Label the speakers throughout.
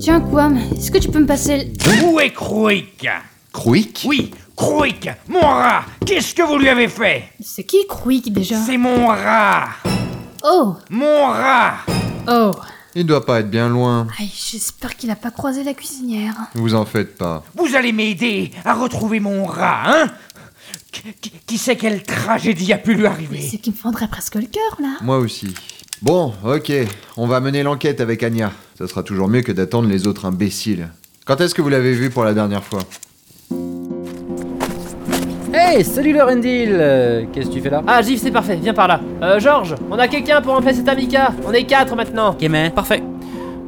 Speaker 1: Tiens, Quam, est-ce que tu peux me passer le...
Speaker 2: Où est Croïc
Speaker 3: Croic
Speaker 2: Oui, Croïc, mon rat Qu'est-ce que vous lui avez fait
Speaker 1: C'est qui Croik déjà
Speaker 4: Bah.
Speaker 2: C'est mon rat
Speaker 1: Oh
Speaker 2: Mon rat
Speaker 1: Oh
Speaker 3: Il doit pas être bien loin.
Speaker 1: Aïe, j'espère qu'il a pas croisé la cuisinière.
Speaker 3: Vous en faites pas.
Speaker 2: Vous allez m'aider à retrouver mon rat, hein Qui- qui, qui sait quelle tragédie a pu lui
Speaker 1: Mais
Speaker 2: arriver
Speaker 1: c'est qui me fendrait presque le cœur là.
Speaker 3: Moi aussi. Bon, ok, on va mener l'enquête avec Anya. Ça sera toujours mieux que d'attendre les autres imbéciles. Quand est-ce que vous l'avez vu pour la dernière fois
Speaker 5: Hey, salut Laurendil Euh, Qu'est-ce que tu fais là
Speaker 6: Ah, Gif, c'est parfait, viens par là. Euh, Georges, on a quelqu'un pour remplacer cet amica. On est quatre maintenant.
Speaker 7: Ok, mais parfait.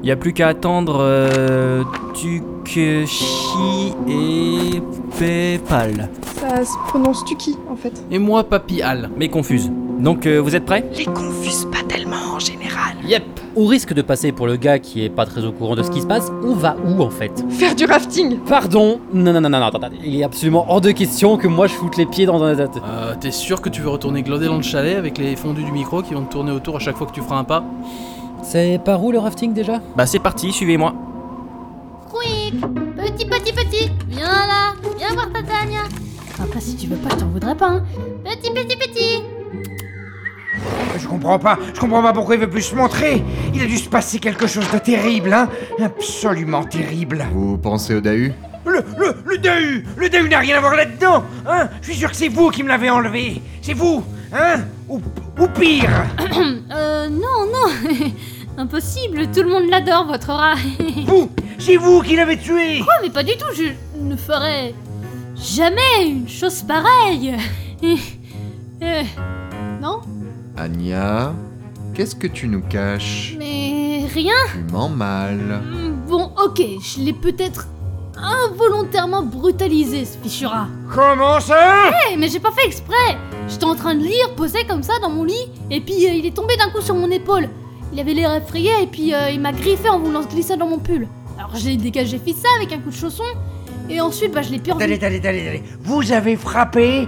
Speaker 7: Il y a plus qu'à attendre euh, Tukeshi et Paypal.
Speaker 8: Ça se prononce Tuki en fait.
Speaker 9: Et moi, Papy Al.
Speaker 7: Mais confuse. Donc euh, vous êtes prêts
Speaker 10: Les confuse pas tellement en général.
Speaker 9: Yep.
Speaker 5: Au risque de passer pour le gars qui est pas très au courant de ce qui se passe, on va où en fait
Speaker 8: Faire du rafting
Speaker 5: Pardon Non, non, non, non, non, attends, attends, il est absolument hors de question que moi je foute les pieds dans un. attends, attends.
Speaker 9: Euh, t'es sûr que tu veux retourner glander dans le chalet avec les fondus du micro qui vont te tourner autour à chaque fois que tu feras un pas
Speaker 5: C'est par où le rafting déjà
Speaker 7: Bah c'est parti, suivez-moi.
Speaker 11: Quick Petit, petit, petit Viens là Viens voir ta Tania
Speaker 1: Après, si tu veux pas, je t'en voudrais pas. Hein.
Speaker 11: Petit, petit, petit
Speaker 2: Je comprends pas, je comprends pas pourquoi il veut plus se montrer Il a dû se passer quelque chose de terrible, hein Absolument terrible
Speaker 3: Vous pensez au Dahu
Speaker 2: Le, le, le DAU Le DAU n'a rien à voir là-dedans Hein Je suis sûr que c'est vous qui me l'avez enlevé C'est vous Hein ou, ou pire
Speaker 1: Euh, non, non Impossible, tout le monde l'adore, votre rat.
Speaker 2: Vous C'est vous qui l'avez tué
Speaker 11: Oh, mais pas du tout, je ne ferai jamais une chose pareille
Speaker 1: Euh, non
Speaker 3: Anya, qu'est-ce que tu nous caches
Speaker 11: Mais rien
Speaker 3: Tu mens mal.
Speaker 11: Bon, ok, je l'ai peut-être involontairement brutalisé, ce fichu rat.
Speaker 2: Comment ça
Speaker 11: Hey, Eh, mais j'ai pas fait exprès J'étais en train de lire, posé comme ça dans mon lit, et puis euh, il est tombé d'un coup sur mon épaule. Il avait l'air effrayé, et puis euh, il m'a griffé en voulant se glisser dans mon pull. Alors j'ai dégagé fait ça avec un coup de chausson, et ensuite bah je l'ai
Speaker 2: Eh, Allez,
Speaker 11: purgé.
Speaker 2: allez, allez, allez Vous avez frappé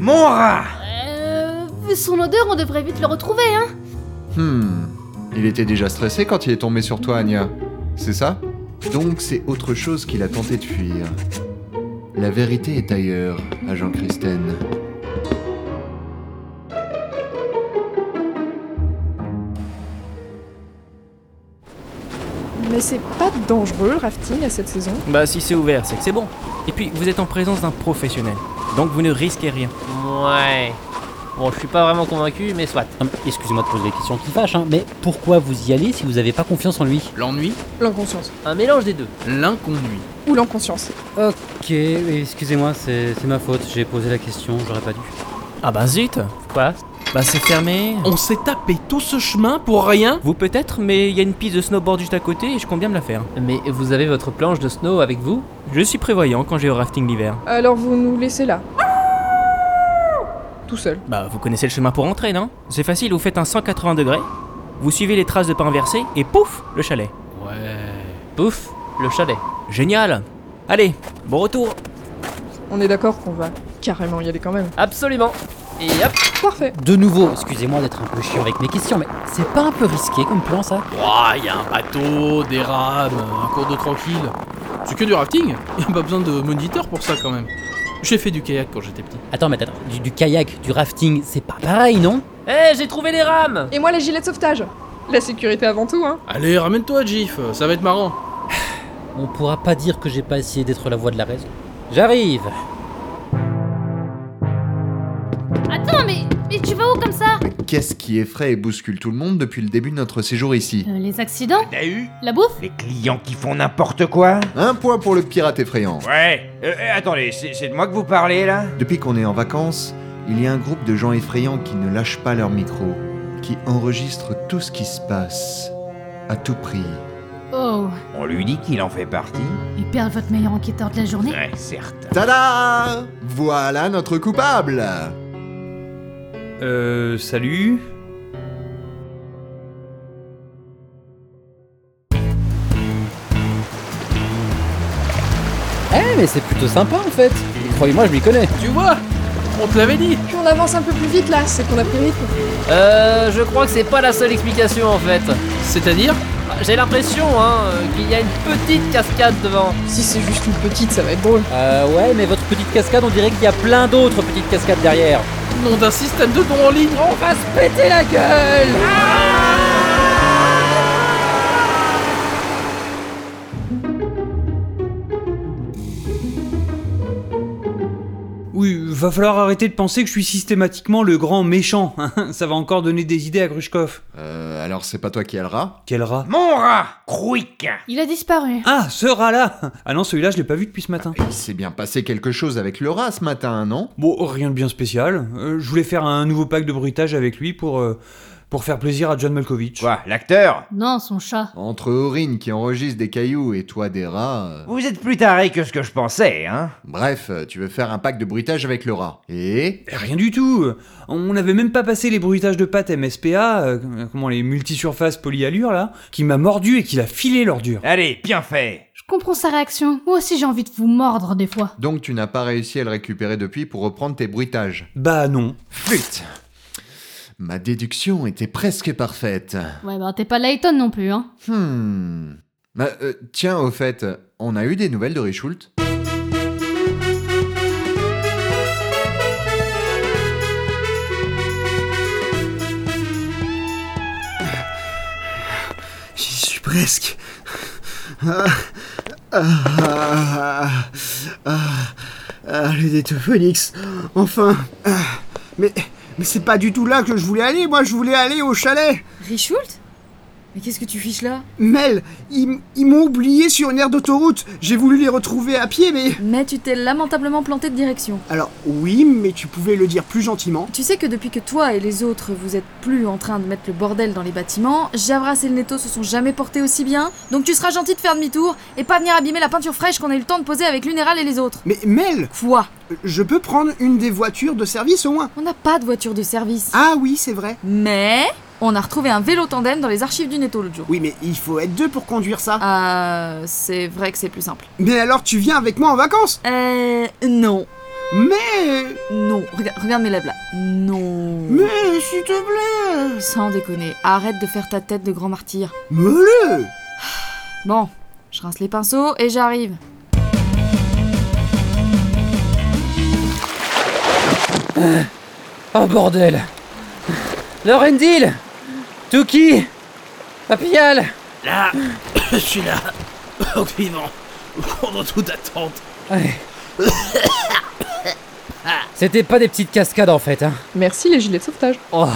Speaker 2: mon rat
Speaker 11: Euh, vu son odeur, on devrait vite le retrouver, hein
Speaker 3: Hmm. Il était déjà stressé quand il est tombé sur toi, Anya. C'est ça Donc c'est autre chose qu'il a tenté de fuir. La vérité est ailleurs, agent Christen.
Speaker 8: Mais c'est pas dangereux le rafting à cette saison.
Speaker 7: Bah si c'est ouvert, c'est que c'est bon. Et puis vous êtes en présence d'un professionnel. Donc vous ne risquez rien.
Speaker 6: Ouais. Bon, je suis pas vraiment convaincu, mais soit.
Speaker 5: Non, Ah, mais Excusez-moi de poser des questions qui fâchent, hein, mais pourquoi vous y allez si vous avez pas confiance en lui
Speaker 9: L'ennui
Speaker 8: L'inconscience.
Speaker 6: Un mélange des deux.
Speaker 9: L'inconduit.
Speaker 8: Ou l'inconscience.
Speaker 5: Ok, excusez-moi, c'est c'est ma faute, j'ai posé la question, j'aurais pas dû.
Speaker 7: Ah bah zut
Speaker 6: Quoi
Speaker 7: Bah c'est fermé.
Speaker 9: On s'est tapé tout ce chemin pour rien
Speaker 7: Vous peut-être, mais il y a une piste de snowboard juste à côté et je compte bien me la faire.
Speaker 6: Mais vous avez votre planche de snow avec vous
Speaker 7: Je suis prévoyant quand j'ai au rafting l'hiver.
Speaker 8: Alors vous nous laissez là. Tout seul.
Speaker 7: Bah, vous connaissez le chemin pour entrer, non C'est facile, vous faites un 180 degrés, vous suivez les traces de pas inversées, et pouf, le chalet.
Speaker 9: Ouais.
Speaker 6: Pouf, le chalet.
Speaker 7: Génial Allez, bon retour
Speaker 8: On est d'accord qu'on va carrément y aller quand même.
Speaker 6: Absolument. Et hop.
Speaker 8: Parfait.
Speaker 5: De nouveau, excusez-moi d'être un peu chiant avec mes questions, mais c'est pas un peu risqué comme plan ça
Speaker 9: Ouah, y a un bateau, des rames, un cours d'eau tranquille. C'est que du rafting Y a pas besoin de moniteur pour ça quand même. J'ai fait du kayak quand j'étais petit.
Speaker 5: Attends, mais attends, du, du kayak, du rafting, c'est pas pareil, non
Speaker 6: Eh, j'ai trouvé les rames.
Speaker 8: Et moi les gilets de sauvetage. La sécurité avant tout, hein.
Speaker 9: Allez, ramène-toi, Jif, ça va être marrant.
Speaker 5: On pourra pas dire que j'ai pas essayé d'être la voix de la raison. J'arrive
Speaker 11: Attends, mais, mais tu vas où comme ça
Speaker 3: Mais qu'est-ce qui effraie et bouscule tout le monde depuis le début de notre séjour ici
Speaker 1: Euh, les accidents
Speaker 2: T'as eu
Speaker 1: La bouffe
Speaker 2: Les clients qui font n'importe quoi
Speaker 3: Un point pour le pirate effrayant.
Speaker 2: Ouais euh, euh, Attendez, c'est c'est de moi que vous parlez, là
Speaker 3: Depuis qu'on est en vacances, il y a un groupe de gens effrayants qui ne lâchent pas leur micro, qui enregistrent tout ce qui se passe, à tout prix.
Speaker 1: Oh,
Speaker 2: On lui dit qu'il en fait partie
Speaker 1: ils perdent votre meilleur enquêteur de la journée.
Speaker 2: Ouais, certes.
Speaker 3: Tada Voilà notre coupable
Speaker 7: Euh, salut
Speaker 5: Eh, mais c'est plutôt sympa en fait Croyez-moi, je m'y connais
Speaker 9: Tu vois On te l'avait dit
Speaker 8: Puis on avance un peu plus vite là, c'est qu'on a pris rythme.
Speaker 6: Euh, je crois que c'est pas la seule explication en fait.
Speaker 9: C'est-à-dire
Speaker 6: Ah, j'ai l'impression hein, euh, qu'il y a une petite cascade devant.
Speaker 8: Si c'est juste une petite, ça va être drôle.
Speaker 5: Euh, ouais, mais votre petite cascade, on dirait qu'il y a plein d'autres petites cascades derrière.
Speaker 9: Nom d'un système de dons en ligne
Speaker 5: On va se péter la gueule
Speaker 12: Oui, va falloir arrêter de penser que je suis systématiquement le grand méchant. hein. Ça va encore donner des idées à Grushkov.
Speaker 3: Euh, alors c'est pas toi qui as le rat
Speaker 12: Quel rat
Speaker 2: Mon rat Quick
Speaker 11: Il a disparu.
Speaker 12: Ah, ce rat-là Ah non, celui-là, je l'ai pas vu depuis ce matin.
Speaker 3: Il s'est bien passé quelque chose avec le rat ce matin, non
Speaker 12: Bon, rien de bien spécial. Euh, je voulais faire un nouveau pack de bruitage avec lui pour, euh, pour faire plaisir à John Malkovich.
Speaker 2: Quoi, l'acteur
Speaker 11: Non, son chat.
Speaker 3: Entre Aurine qui enregistre des cailloux et toi des rats... euh,
Speaker 2: Vous êtes plus taré que ce que je pensais, hein
Speaker 3: Bref, euh, tu veux faire un pack de bruitage avec le rat. Et
Speaker 12: Eh, Rien du tout On n'avait même pas passé les bruitages de pâte MSPA, euh, comment les multisurfaces polyallures là, qui m'a mordu et qui l'a filé l'ordure.
Speaker 2: Allez, bien fait
Speaker 11: Je comprends sa réaction. Moi aussi j'ai envie de vous mordre des fois.
Speaker 3: donc tu n'as pas réussi à le récupérer depuis pour reprendre tes bruitages.
Speaker 12: Bah non.
Speaker 3: Flûte Ma déduction était presque parfaite.
Speaker 11: Ouais, bah t'es pas Layton non plus, hein.
Speaker 3: Hmm... Bah, euh, tiens, au fait, on a eu des nouvelles de Richult
Speaker 13: J'y suis presque. Ah, ah, ah, ah, le Détophonix, enfin. Ah, mais mais c'est pas du tout là que je voulais aller. Moi, je voulais aller au chalet.
Speaker 4: Richult Mais qu'est-ce que tu fiches là
Speaker 13: Mel, ils, m- ils m'ont oublié sur une aire d'autoroute. J'ai voulu les retrouver à pied, mais.
Speaker 4: Mais tu t'es lamentablement planté de direction.
Speaker 13: Alors oui, mais tu pouvais le dire plus gentiment.
Speaker 4: Tu sais que depuis que toi et les autres vous êtes plus en train de mettre le bordel dans les bâtiments, Javras et le Netto se sont jamais portés aussi bien, donc tu seras gentil de faire demi-tour et pas venir abîmer la peinture fraîche qu'on a eu le temps de poser avec Lunéral et les autres.
Speaker 13: Mais Mel,
Speaker 4: Quoi
Speaker 13: je peux prendre une des voitures de service au moins.
Speaker 4: On n'a pas de voiture de service.
Speaker 13: Ah oui, c'est vrai.
Speaker 4: Mais on a retrouvé un vélo tandem dans les archives du Netto l'autre jour.
Speaker 13: Oui, mais il faut être deux pour conduire ça.
Speaker 4: Euh, c'est vrai que c'est plus simple.
Speaker 13: Mais alors tu viens avec moi en vacances
Speaker 4: Euh, non.
Speaker 13: Mais
Speaker 4: Non, regarde, regarde mes lèvres là. Non.
Speaker 13: Mais s'il te plaît
Speaker 4: Sans déconner, arrête de faire ta tête de grand martyr.
Speaker 13: Mets-le
Speaker 4: Bon, je rince les pinceaux et j'arrive.
Speaker 5: Oh bordel Lorendil Tuki Papial
Speaker 9: Là, je suis là, au vivant, contre toute attente.
Speaker 5: Ouais. C'était pas des petites cascades en fait, hein.
Speaker 8: Merci les gilets de sauvetage.
Speaker 6: Oh,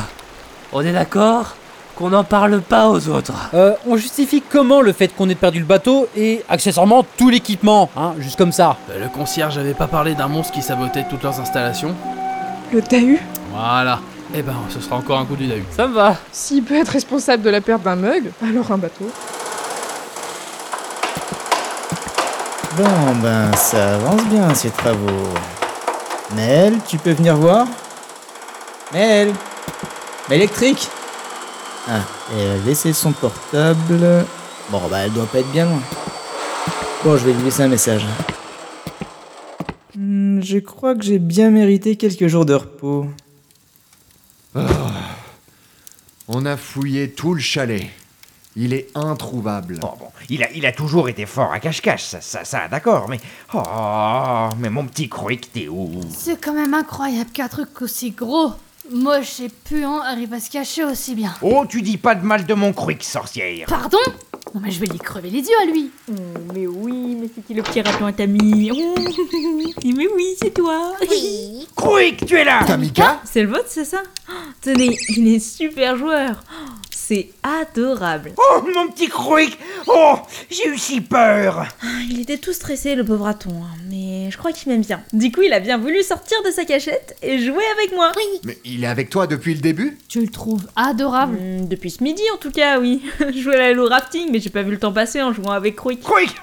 Speaker 6: on est d'accord qu'on n'en parle pas aux autres.
Speaker 5: Euh, on justifie comment le fait qu'on ait perdu le bateau et accessoirement tout l'équipement, hein, juste comme ça.
Speaker 9: Euh, Le concierge avait pas parlé d'un monstre qui sabotait toutes leurs installations.
Speaker 8: Le Tahu,
Speaker 9: Voilà. Eh ben, ce sera encore un coup du Dahu.
Speaker 6: Ça me va.
Speaker 8: s'il peut être responsable de la perte d'un mug, alors un bateau.
Speaker 14: Bon, ben, ça avance bien ces travaux. Mel, tu peux venir voir Mel Mel électrique Ah, et elle a laissé son portable. Bon, bah, elle doit pas être bien loin. Bon, je vais lui laisser un message. Hmm, je crois que j'ai bien mérité quelques jours de repos.
Speaker 3: On a fouillé tout le chalet. Il est introuvable.
Speaker 2: Bon, Oh, bon, il a, il a toujours été fort à cache-cache, ça, ça, ça, d'accord, mais... Oh, mais mon petit Quick, t'es où
Speaker 11: C'est quand même incroyable qu'un truc aussi gros, moche et puant arrive à se cacher aussi bien.
Speaker 2: Oh, tu dis pas de mal de mon Quick, sorcière
Speaker 11: Pardon Non mais je vais lui crever les yeux à lui.
Speaker 4: mais oui, mais c'est qui le petit raton à Tammy Oh. Mais oui, c'est toi
Speaker 2: Quick, tu es là
Speaker 3: Tamika
Speaker 4: C'est le vôtre, c'est ça Tenez, il est super joueur C'est adorable
Speaker 2: Oh, mon petit Quick Oh, j'ai eu si peur
Speaker 4: Ah, Il était tout stressé, le pauvre raton, hein, mais je crois qu'il m'aime bien. Du coup, il a bien voulu sortir de sa cachette et jouer avec moi
Speaker 3: Mais il est avec toi depuis le début
Speaker 11: Tu le trouves adorable.
Speaker 4: Hmm, Depuis ce midi, en tout cas, oui. je jouais à la Hello Rafting, mais j'ai pas vu le temps passer en jouant avec Quick.
Speaker 2: Quick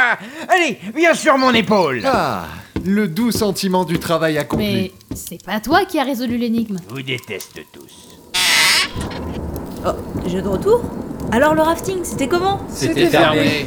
Speaker 2: Allez, viens sur mon épaule
Speaker 3: Ah Le doux sentiment du travail accompli.
Speaker 11: Mais c'est pas toi qui as résolu l'énigme.
Speaker 2: Je vous déteste tous.
Speaker 4: Oh, Jeu de retour Alors le rafting, c'était comment
Speaker 5: C'était fermé.